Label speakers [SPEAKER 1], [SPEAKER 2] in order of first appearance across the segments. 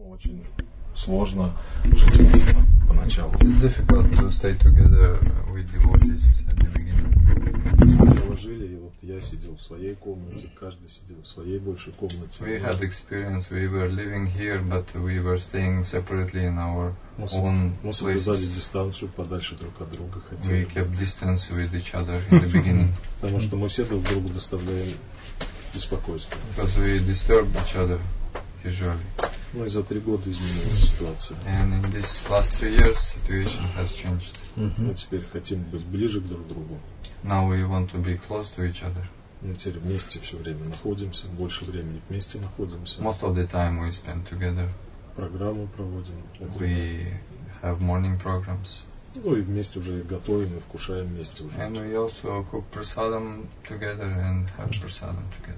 [SPEAKER 1] Очень сложно, шахматно поначалу.
[SPEAKER 2] It's difficult to stay together with devotees at the beginning.
[SPEAKER 1] Сначала жили, и вот я сидел в своей комнате, каждый сидел в своей большей
[SPEAKER 2] We
[SPEAKER 1] комнате.
[SPEAKER 2] had experience, we were living here, but we were staying separately in our
[SPEAKER 1] Мы, с-
[SPEAKER 2] own
[SPEAKER 1] мы соблюдали
[SPEAKER 2] places.
[SPEAKER 1] дистанцию, подальше друг от друга
[SPEAKER 2] We
[SPEAKER 1] хотели.
[SPEAKER 2] kept distance with each other in the beginning
[SPEAKER 1] Потому что мы все друг другу доставляем беспокойство.
[SPEAKER 2] because we disturbed each other usually.
[SPEAKER 1] Ну и за три года изменилась ситуация.
[SPEAKER 2] And in these last three years, situation has changed.
[SPEAKER 1] Мы теперь хотим быть ближе к друг другу.
[SPEAKER 2] Now we want to be close to each other.
[SPEAKER 1] Мы теперь вместе все время находимся, больше времени вместе находимся.
[SPEAKER 2] Most of the time we spend together.
[SPEAKER 1] Программу проводим.
[SPEAKER 2] We have morning programs.
[SPEAKER 1] Ну и вместе уже готовим и вкушаем вместе уже.
[SPEAKER 2] And we also cook prasadam together and have prasadam together.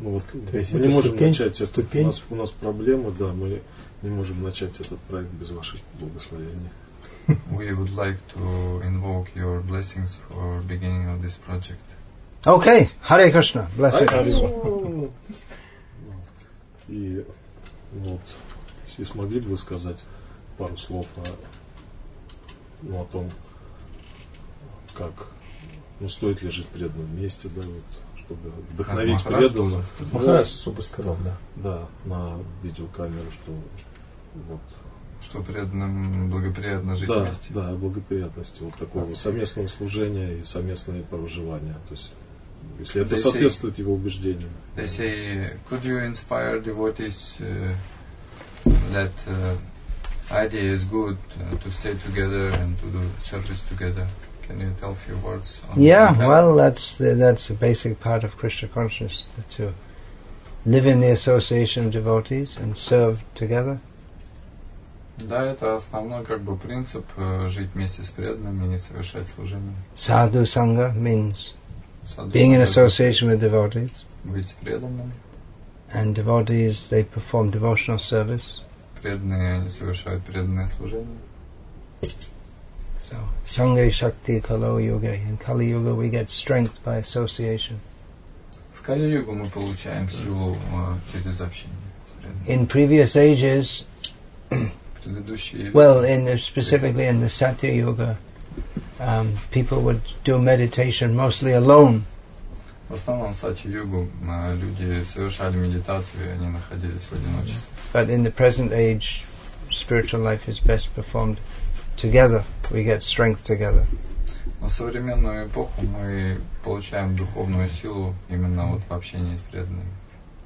[SPEAKER 1] Ну вот,
[SPEAKER 3] То есть
[SPEAKER 1] мы
[SPEAKER 3] это
[SPEAKER 1] не можем
[SPEAKER 3] ступень-
[SPEAKER 1] начать этот-
[SPEAKER 3] ступень?
[SPEAKER 1] У нас, у нас проблема, да, мы не можем начать этот проект без ваших благословений.
[SPEAKER 2] We would like to invoke your blessings for beginning of this project.
[SPEAKER 3] Okay, Hare Krishna, bless you.
[SPEAKER 1] Ну, И вот, если смогли бы вы сказать пару слов о, ну, о том, как, ну, стоит ли жить в преданном месте, да, вот, чтобы вдохновить
[SPEAKER 2] Махарадж должен.
[SPEAKER 1] преданных.
[SPEAKER 4] Махарадж супер сказал, да.
[SPEAKER 1] Да, на видеокамеру, что вот,
[SPEAKER 2] Что преданным благоприятно жить
[SPEAKER 1] да,
[SPEAKER 2] вместе.
[SPEAKER 1] да, о благоприятности вот такого совместного служения и совместного проживания. То есть, если это
[SPEAKER 2] Здесь и-
[SPEAKER 1] соответствует его убеждениям.
[SPEAKER 2] They say, could you inspire devotees uh, that uh, idea is good uh, to stay together and to do service together? Can you tell a few words? On
[SPEAKER 3] Yeah,
[SPEAKER 2] that?
[SPEAKER 3] well, that's the, that's a basic part of Krishna consciousness to live in the association of devotees and serve together.
[SPEAKER 2] Да, это основной как бы принцип э, жить вместе с преданными и совершать служение.
[SPEAKER 3] Sadhu sangha means
[SPEAKER 2] Саду
[SPEAKER 3] being in
[SPEAKER 2] преданным,
[SPEAKER 3] association with devotees,
[SPEAKER 2] Быть преданным.
[SPEAKER 3] and devotees they perform devotional service.
[SPEAKER 2] Преданные они совершают преданное служение.
[SPEAKER 3] So sangha shakti kalo yuga. In kali yuga, we get strength by association.
[SPEAKER 2] В Кали-югу мы получаем силу э, через общение. с преданными.
[SPEAKER 3] In previous ages,
[SPEAKER 2] Предыдущие
[SPEAKER 3] Well, in specifically in the Satya Yoga, um, people would do meditation mostly alone,
[SPEAKER 2] в основном в Сати-югу э, люди совершали медитацию, и они находились в одиночестве.
[SPEAKER 3] but in the present age, spiritual life is best performed together. We get strength together.
[SPEAKER 2] Но в современную эпоху мы получаем духовную силу именно вот в общении с преданными.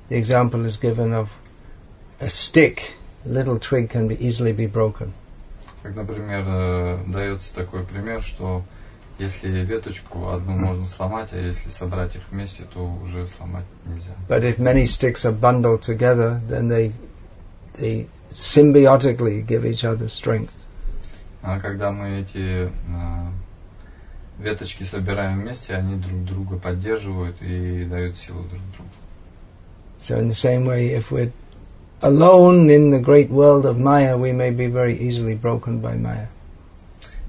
[SPEAKER 3] The example is given of a stick. A little twig can be easily be broken.
[SPEAKER 2] Как, например, э, дается такой пример, что если веточку одну можно сломать, а если собрать их вместе, то уже сломать нельзя.
[SPEAKER 3] But if many sticks are bundled together, then they they symbiotically give each other strength.
[SPEAKER 2] А когда мы эти э, веточки собираем вместе, они друг друга поддерживают и дают силу друг другу.
[SPEAKER 3] So, in the same way, if we're alone in the great world of Maya, we may be very easily broken by Maya.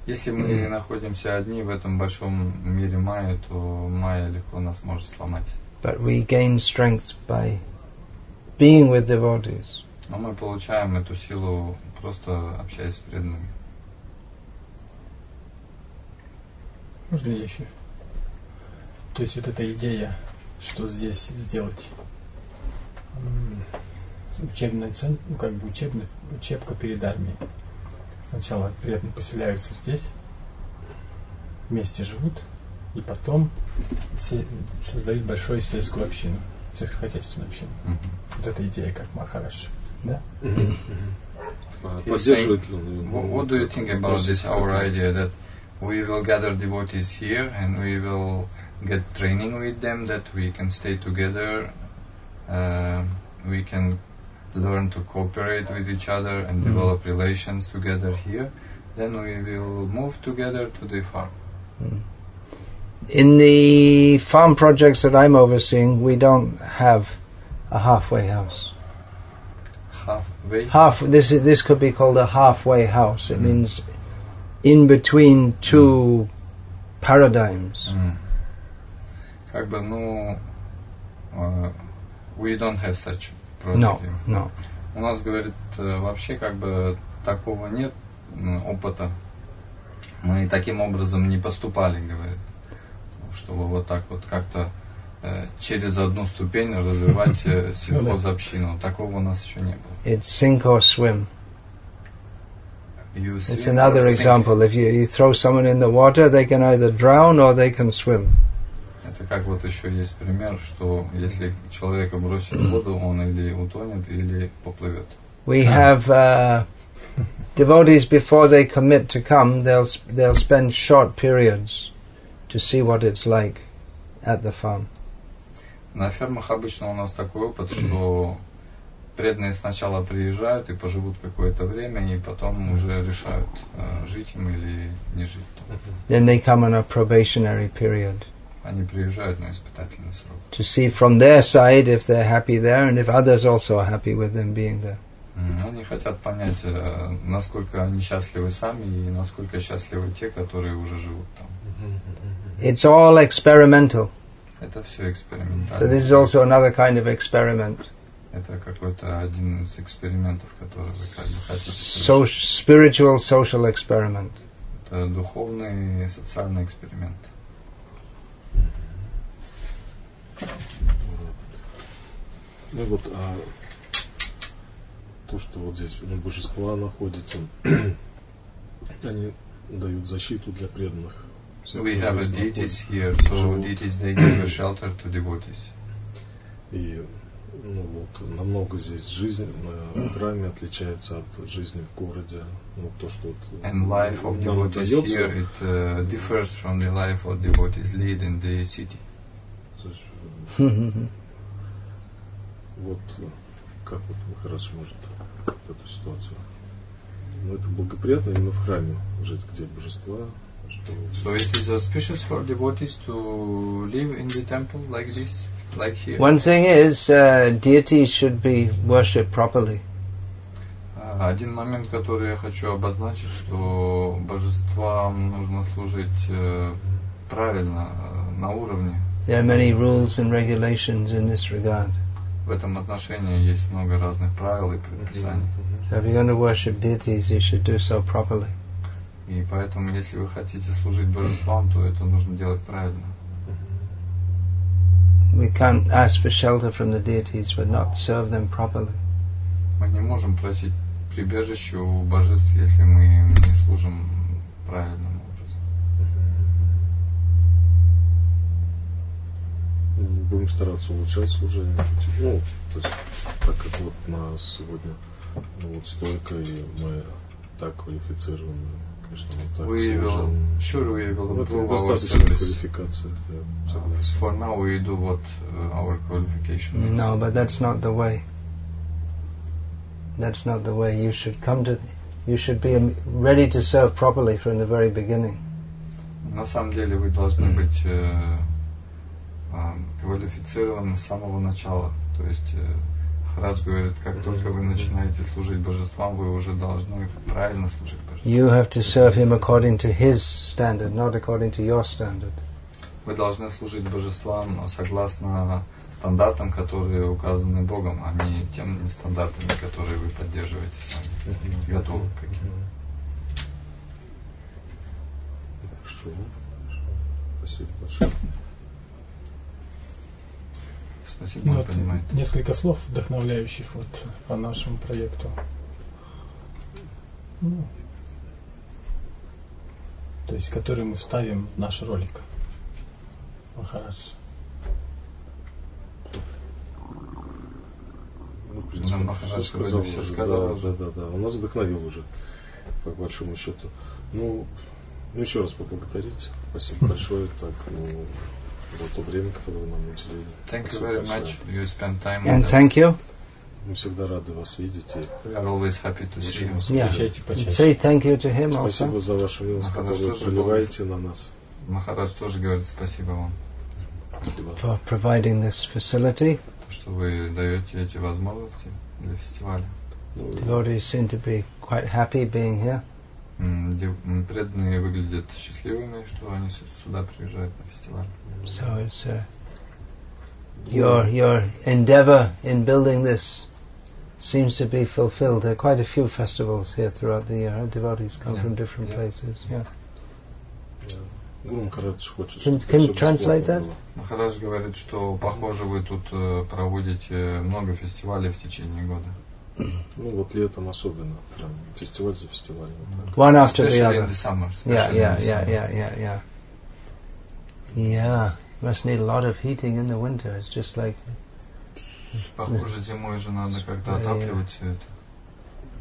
[SPEAKER 2] Если мы находимся одни в этом большом мире майя, то майя легко нас может сломать.
[SPEAKER 3] But we gain strength by being with devotees.
[SPEAKER 2] Но мы получаем эту силу просто общаясь с преданными.
[SPEAKER 4] Можно я еще? То есть вот эта идея, что здесь сделать м, учебный центр, ну как бы учебный, учебка перед армией. Сначала приятно поселяются здесь, вместе живут, и потом се- создают большую сельскую общину, сельскохозяйственную общину. Вот эта идея, как Махараш.
[SPEAKER 1] А
[SPEAKER 2] He's
[SPEAKER 1] Поддерживает ли он её?
[SPEAKER 2] Wh- What do you think about this our idea that we will gather devotees here and we will get training with them that we can stay together, uh, we can learn to cooperate with each other and develop relations together here. Then we will move together to the farm.
[SPEAKER 3] In the farm projects that I'm overseeing, we don't have a halfway house.
[SPEAKER 2] Halfway.
[SPEAKER 3] Half this is, this could be called a halfway house. It means in between two paradigms.
[SPEAKER 2] М. Как бы, ну, э, we uh, don't have such против
[SPEAKER 3] No,
[SPEAKER 2] его.
[SPEAKER 3] no.
[SPEAKER 2] У нас, говорит, э, вообще как бы такого нет м, опыта. Мы таким образом не поступали, говорит, чтобы вот так вот как-то э, через одну ступень развивать э, сельхозобщину. Такого у нас еще не было.
[SPEAKER 3] It's sink or swim.
[SPEAKER 2] You
[SPEAKER 3] It's
[SPEAKER 2] see?
[SPEAKER 3] another
[SPEAKER 2] Sink.
[SPEAKER 3] example. If you, you throw someone in the water, they can either drown or they can swim.
[SPEAKER 2] Это как вот еще есть пример, что если человека бросить в воду, он или утонет, или поплывет.
[SPEAKER 3] We
[SPEAKER 2] Ah.
[SPEAKER 3] have uh, devotees before they commit to come. They'll s- they'll spend short periods to see what it's like at the farm.
[SPEAKER 2] На фермах обычно у нас такой опыт, что преданные сначала приезжают и поживут какое-то время, и потом уже решают, э, жить им или не жить.
[SPEAKER 3] Then they come on a probationary period
[SPEAKER 2] Они приезжают на испытательный срок.
[SPEAKER 3] to see from their side if they're happy there and if others also are happy with them being there.
[SPEAKER 2] М, Они хотят понять, э, насколько они счастливы сами и насколько счастливы те, которые уже живут там.
[SPEAKER 3] It's all experimental.
[SPEAKER 2] Это все экспериментально.
[SPEAKER 3] So this is also another kind of experiment.
[SPEAKER 2] Это какой-то один из экспериментов, который вы как бы хотите
[SPEAKER 3] So
[SPEAKER 2] совершить.
[SPEAKER 3] spiritual social experiment.
[SPEAKER 2] Это духовный и социальный эксперимент.
[SPEAKER 1] Ну вот, а то, что вот здесь ну, божества находятся, они дают защиту для преданных.
[SPEAKER 2] So we have a deities here, so
[SPEAKER 1] Живут.
[SPEAKER 2] deities they give a shelter to devotees.
[SPEAKER 1] И ну вот, намного здесь жизнь э, в храме отличается от жизни в городе. Ну, то, что вот
[SPEAKER 2] And life of
[SPEAKER 1] нам
[SPEAKER 2] devotees
[SPEAKER 1] дается,
[SPEAKER 2] here it uh, differs from the life of devotees lead in the city.
[SPEAKER 1] то есть, э, вот э, как вот Махарадж может эту ситуацию. Ну, это благоприятно именно в храме жить, где божества. Что...
[SPEAKER 2] So it is auspicious for devotees to live in the temple like this, like here.
[SPEAKER 3] One thing is, uh, deities should be worshipped properly.
[SPEAKER 2] А, Один момент, который я хочу обозначить, что божествам нужно служить э, правильно, э, на уровне.
[SPEAKER 3] There are many rules and regulations in this regard.
[SPEAKER 2] В этом отношении есть много разных правил и предписаний.
[SPEAKER 3] So if you're going to worship deities, you should do so properly.
[SPEAKER 2] И поэтому, если вы хотите служить божествам, то это нужно делать правильно.
[SPEAKER 3] We can't ask for shelter from the deities but not serve them properly.
[SPEAKER 2] Мы не можем просить прибежище у божеств, если мы им не служим правильным образом.
[SPEAKER 1] М, Будем стараться улучшать служение. Ну, то есть, так как вот на сегодня ну, вот столько, и мы так квалифицированы, конечно, мы так
[SPEAKER 2] We will,
[SPEAKER 1] служим.
[SPEAKER 2] sure we
[SPEAKER 1] Ну,
[SPEAKER 2] will
[SPEAKER 1] это
[SPEAKER 2] improve our
[SPEAKER 1] достаточно
[SPEAKER 2] service.
[SPEAKER 1] квалификации. я
[SPEAKER 2] Uh,
[SPEAKER 1] согласен.
[SPEAKER 2] For now we do what uh, our qualification is.
[SPEAKER 3] No, but that's not the way. That's not the way. You should come to. You should be um, ready to serve properly from the very beginning.
[SPEAKER 2] На самом деле вы должны быть э, э, квалифицированы с самого начала. То есть э, Храдж говорит, как только вы начинаете служить божествам, вы уже должны правильно служить божествам.
[SPEAKER 3] You have to serve him according to his standard, not according to your standard.
[SPEAKER 2] Вы должны служить божествам согласно стандартам, которые указаны Богом, а не тем стандартами, которые вы поддерживаете сами. Готовы к каким?
[SPEAKER 1] Хорошо. Хорошо. Спасибо большое.
[SPEAKER 2] Спасибо,
[SPEAKER 4] Ну,
[SPEAKER 2] он
[SPEAKER 4] вот
[SPEAKER 2] понимает.
[SPEAKER 4] несколько слов вдохновляющих вот по нашему проекту. Ну, то есть, которые мы вставим в наш ролик. Махарадж.
[SPEAKER 1] Ну, в
[SPEAKER 2] Нам
[SPEAKER 1] принципе,
[SPEAKER 2] Махарадж
[SPEAKER 1] все сказал,
[SPEAKER 2] вроде всё
[SPEAKER 1] уже.
[SPEAKER 2] сказал
[SPEAKER 1] да,
[SPEAKER 2] уже.
[SPEAKER 1] да, да, да. Он нас вдохновил уже, по большому счету. Ну, ну, еще раз поблагодарить. Спасибо большое. Так, ну, за то время, которое вы нам уделили.
[SPEAKER 2] Thank you
[SPEAKER 1] Спасибо
[SPEAKER 2] very
[SPEAKER 1] большое.
[SPEAKER 2] much. You spend time
[SPEAKER 3] And
[SPEAKER 2] with
[SPEAKER 3] thank you.
[SPEAKER 1] Мы всегда рады вас видеть. И
[SPEAKER 2] us. We are always happy to see
[SPEAKER 1] очень
[SPEAKER 2] you.
[SPEAKER 1] вас
[SPEAKER 3] Yeah.
[SPEAKER 1] любим.
[SPEAKER 4] Включайте почаще.
[SPEAKER 3] Say thank you to him also.
[SPEAKER 1] Спасибо за вашу милость,
[SPEAKER 2] Махарадж
[SPEAKER 1] которую
[SPEAKER 2] тоже
[SPEAKER 1] проливаете на нас.
[SPEAKER 2] Махарадж тоже говорит спасибо вам,
[SPEAKER 1] Спасибо.
[SPEAKER 3] for providing this facility.
[SPEAKER 2] то, что вы даете эти возможности для фестиваля.
[SPEAKER 1] Ну,
[SPEAKER 3] Devotees seem to be quite happy being here.
[SPEAKER 2] М, де- м, Преданные выглядят счастливыми, что они с- сюда приезжают на фестиваль.
[SPEAKER 3] So it's uh, your your endeavor in building this seems to be fulfilled. There are quite a few festivals here throughout the year. Our devotees come
[SPEAKER 2] Yeah.
[SPEAKER 3] from different
[SPEAKER 2] Yeah.
[SPEAKER 3] places. Yeah.
[SPEAKER 1] Гуру Махарадж хочет, чтобы
[SPEAKER 3] Can- can you
[SPEAKER 1] всё бесплатно
[SPEAKER 3] translate that?
[SPEAKER 1] было.
[SPEAKER 2] Махарадж говорит, что, похоже, вы тут э, проводите много фестивалей в течение года.
[SPEAKER 1] Ну вот летом особенно, прям фестиваль за фестивалем. вот так.
[SPEAKER 3] One after the
[SPEAKER 2] Especially
[SPEAKER 3] other.
[SPEAKER 2] in the summer.
[SPEAKER 3] Yeah,
[SPEAKER 2] especially in
[SPEAKER 3] yeah,
[SPEAKER 2] the
[SPEAKER 3] yeah,
[SPEAKER 2] summer.
[SPEAKER 3] yeah, yeah, yeah. Yeah, must need a lot of heating in the winter. It's just like
[SPEAKER 2] Похоже, зимой же надо как-то
[SPEAKER 3] Yeah, yeah.
[SPEAKER 2] отапливать все это.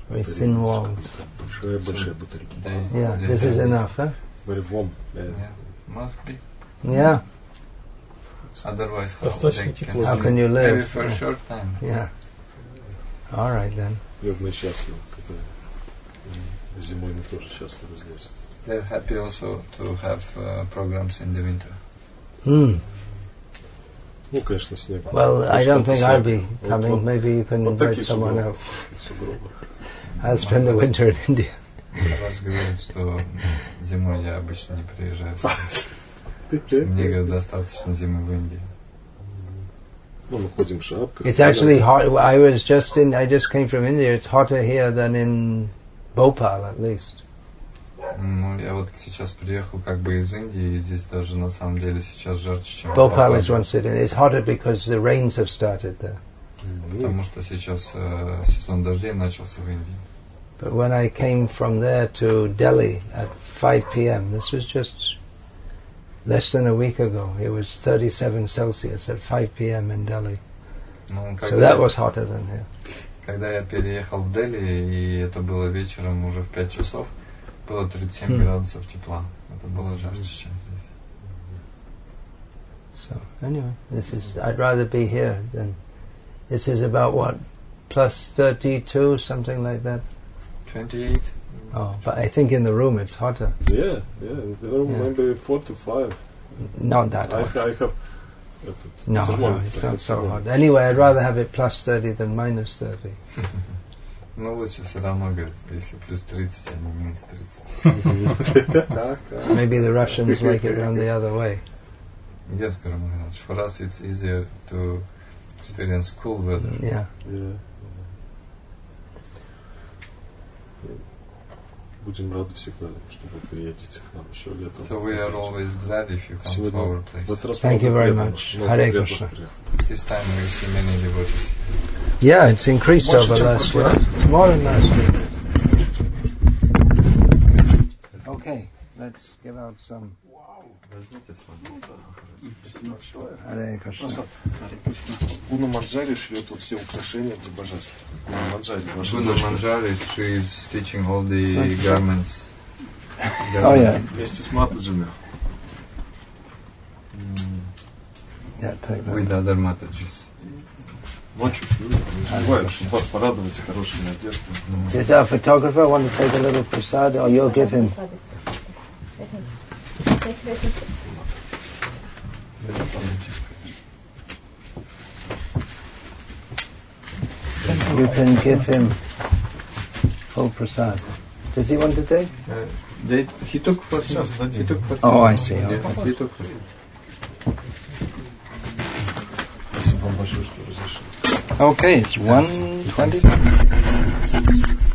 [SPEAKER 3] very
[SPEAKER 1] Батарейка
[SPEAKER 3] thin
[SPEAKER 1] такая
[SPEAKER 3] walls.
[SPEAKER 1] Большая, большая батарейка. э,
[SPEAKER 2] Да и-
[SPEAKER 3] Yeah,
[SPEAKER 2] да и-
[SPEAKER 3] this is enough, huh?
[SPEAKER 1] Very warm, yeah.
[SPEAKER 2] Yeah, must be.
[SPEAKER 3] Yeah,
[SPEAKER 2] Otherwise, how
[SPEAKER 4] Достаточно
[SPEAKER 2] they
[SPEAKER 4] тепло.
[SPEAKER 2] can
[SPEAKER 3] how
[SPEAKER 2] sleep?
[SPEAKER 3] can you
[SPEAKER 2] Maybe
[SPEAKER 3] live?
[SPEAKER 2] for a
[SPEAKER 3] Yeah.
[SPEAKER 2] short time.
[SPEAKER 3] Yeah. All right then.
[SPEAKER 1] Бедные счастливы, которые м, зимой мы тоже счастливы здесь.
[SPEAKER 2] They're happy also to have uh, programs in the winter.
[SPEAKER 3] Hmm.
[SPEAKER 1] Ну, конечно, снег.
[SPEAKER 3] Well, I don't think I'll be
[SPEAKER 1] Well, well,
[SPEAKER 3] coming. Maybe you can
[SPEAKER 1] well, thank
[SPEAKER 3] invite
[SPEAKER 1] you,
[SPEAKER 3] someone
[SPEAKER 1] Subbu.
[SPEAKER 3] else.
[SPEAKER 1] Сугробы.
[SPEAKER 3] I'll spend the winter in India.
[SPEAKER 2] Махарадж говорит, что зимой я обычно не приезжаю. Мне говорят, достаточно зимы в Индии.
[SPEAKER 1] Ну, мы ходим в шапках.
[SPEAKER 3] It's actually hot. I was just in. I just came from India. It's hotter here than in Bhopal, at least.
[SPEAKER 2] Ну, я вот сейчас приехал как бы из Индии, и здесь даже на самом деле сейчас жарче,
[SPEAKER 1] Oh,
[SPEAKER 2] чем в
[SPEAKER 3] Bhopal
[SPEAKER 2] Пакуе.
[SPEAKER 3] is one city. It's hotter because the rains have started there.
[SPEAKER 1] М,
[SPEAKER 2] Потому что сейчас э, сезон дождей начался в Индии.
[SPEAKER 3] But when I came from there to Delhi at 5 p.m., this was just less than a week ago. It was 37 Celsius at 5 p.m. in Delhi.
[SPEAKER 2] Ну,
[SPEAKER 3] So that
[SPEAKER 2] когда,
[SPEAKER 3] was hotter than here.
[SPEAKER 2] когда я переехал в Дели, и это было вечером уже в 5 часов, было 37
[SPEAKER 3] Хм.
[SPEAKER 2] градусов тепла. Это было жарче, чем здесь.
[SPEAKER 3] So anyway, this is. I'd rather be here than. This is about what, plus thirty-two, something like that.
[SPEAKER 2] 28?
[SPEAKER 3] Oh, but I think in the room it's hotter.
[SPEAKER 1] Yeah, yeah, you know,
[SPEAKER 3] Yeah.
[SPEAKER 1] maybe 45.
[SPEAKER 3] Not that
[SPEAKER 1] I,
[SPEAKER 3] hot.
[SPEAKER 1] I have этот,
[SPEAKER 3] No, no,
[SPEAKER 1] термометр,
[SPEAKER 3] it's not so
[SPEAKER 1] термометр.
[SPEAKER 3] hot. Anyway, I'd rather have it plus thirty than minus thirty.
[SPEAKER 2] Ну, лучше все равно, говорит, если плюс 30, а не минус 30.
[SPEAKER 1] Да, да.
[SPEAKER 3] Maybe the Russians like it around the other way.
[SPEAKER 2] Yes, Guru Maharaj. For us, it's easier to experience cool weather.
[SPEAKER 3] Yeah.
[SPEAKER 1] Yeah. Будем рады всегда, что вы приедете к нам еще летом.
[SPEAKER 2] So we are always glad if you come to
[SPEAKER 1] Сегодня
[SPEAKER 2] our
[SPEAKER 1] В
[SPEAKER 2] place.
[SPEAKER 1] этот раз
[SPEAKER 3] Thank you
[SPEAKER 1] много
[SPEAKER 3] very
[SPEAKER 1] преданных,
[SPEAKER 3] much.
[SPEAKER 1] много
[SPEAKER 3] Hare
[SPEAKER 1] преданных
[SPEAKER 3] Krishna.
[SPEAKER 1] приехало.
[SPEAKER 2] This time we see many devotees.
[SPEAKER 3] Yeah, it's increased
[SPEAKER 1] Больше,
[SPEAKER 3] over
[SPEAKER 1] чем
[SPEAKER 3] last
[SPEAKER 1] в
[SPEAKER 3] year.
[SPEAKER 1] прошлый
[SPEAKER 3] More than last year. Okay, let's give out some
[SPEAKER 2] Возьмите свободу.
[SPEAKER 3] uh, Hare Krishna.
[SPEAKER 1] Гуна Манджари шьет вот все украшения для божеств. Гуна Манджари, ваша
[SPEAKER 2] Guna
[SPEAKER 1] дочка.
[SPEAKER 2] Manjari, she is stitching all the garments.
[SPEAKER 3] Oh yeah,
[SPEAKER 1] Вместе с Матаджами.
[SPEAKER 3] yeah, take that.
[SPEAKER 2] With other matages.
[SPEAKER 1] Ночью шьют, не забывают, чтобы вас порадовать хорошими одеждами.
[SPEAKER 3] Does our photographer want to take a little prasad, or you'll give him? You can give him full prasad. Does he want to take?
[SPEAKER 2] They, he took for him.
[SPEAKER 1] Сейчас дадим.
[SPEAKER 2] He took for
[SPEAKER 3] Oh,
[SPEAKER 2] him.
[SPEAKER 3] I see.
[SPEAKER 2] Yeah, he took for him.
[SPEAKER 1] Спасибо вам большое, что разрешили.
[SPEAKER 3] Okay, it's one twenty.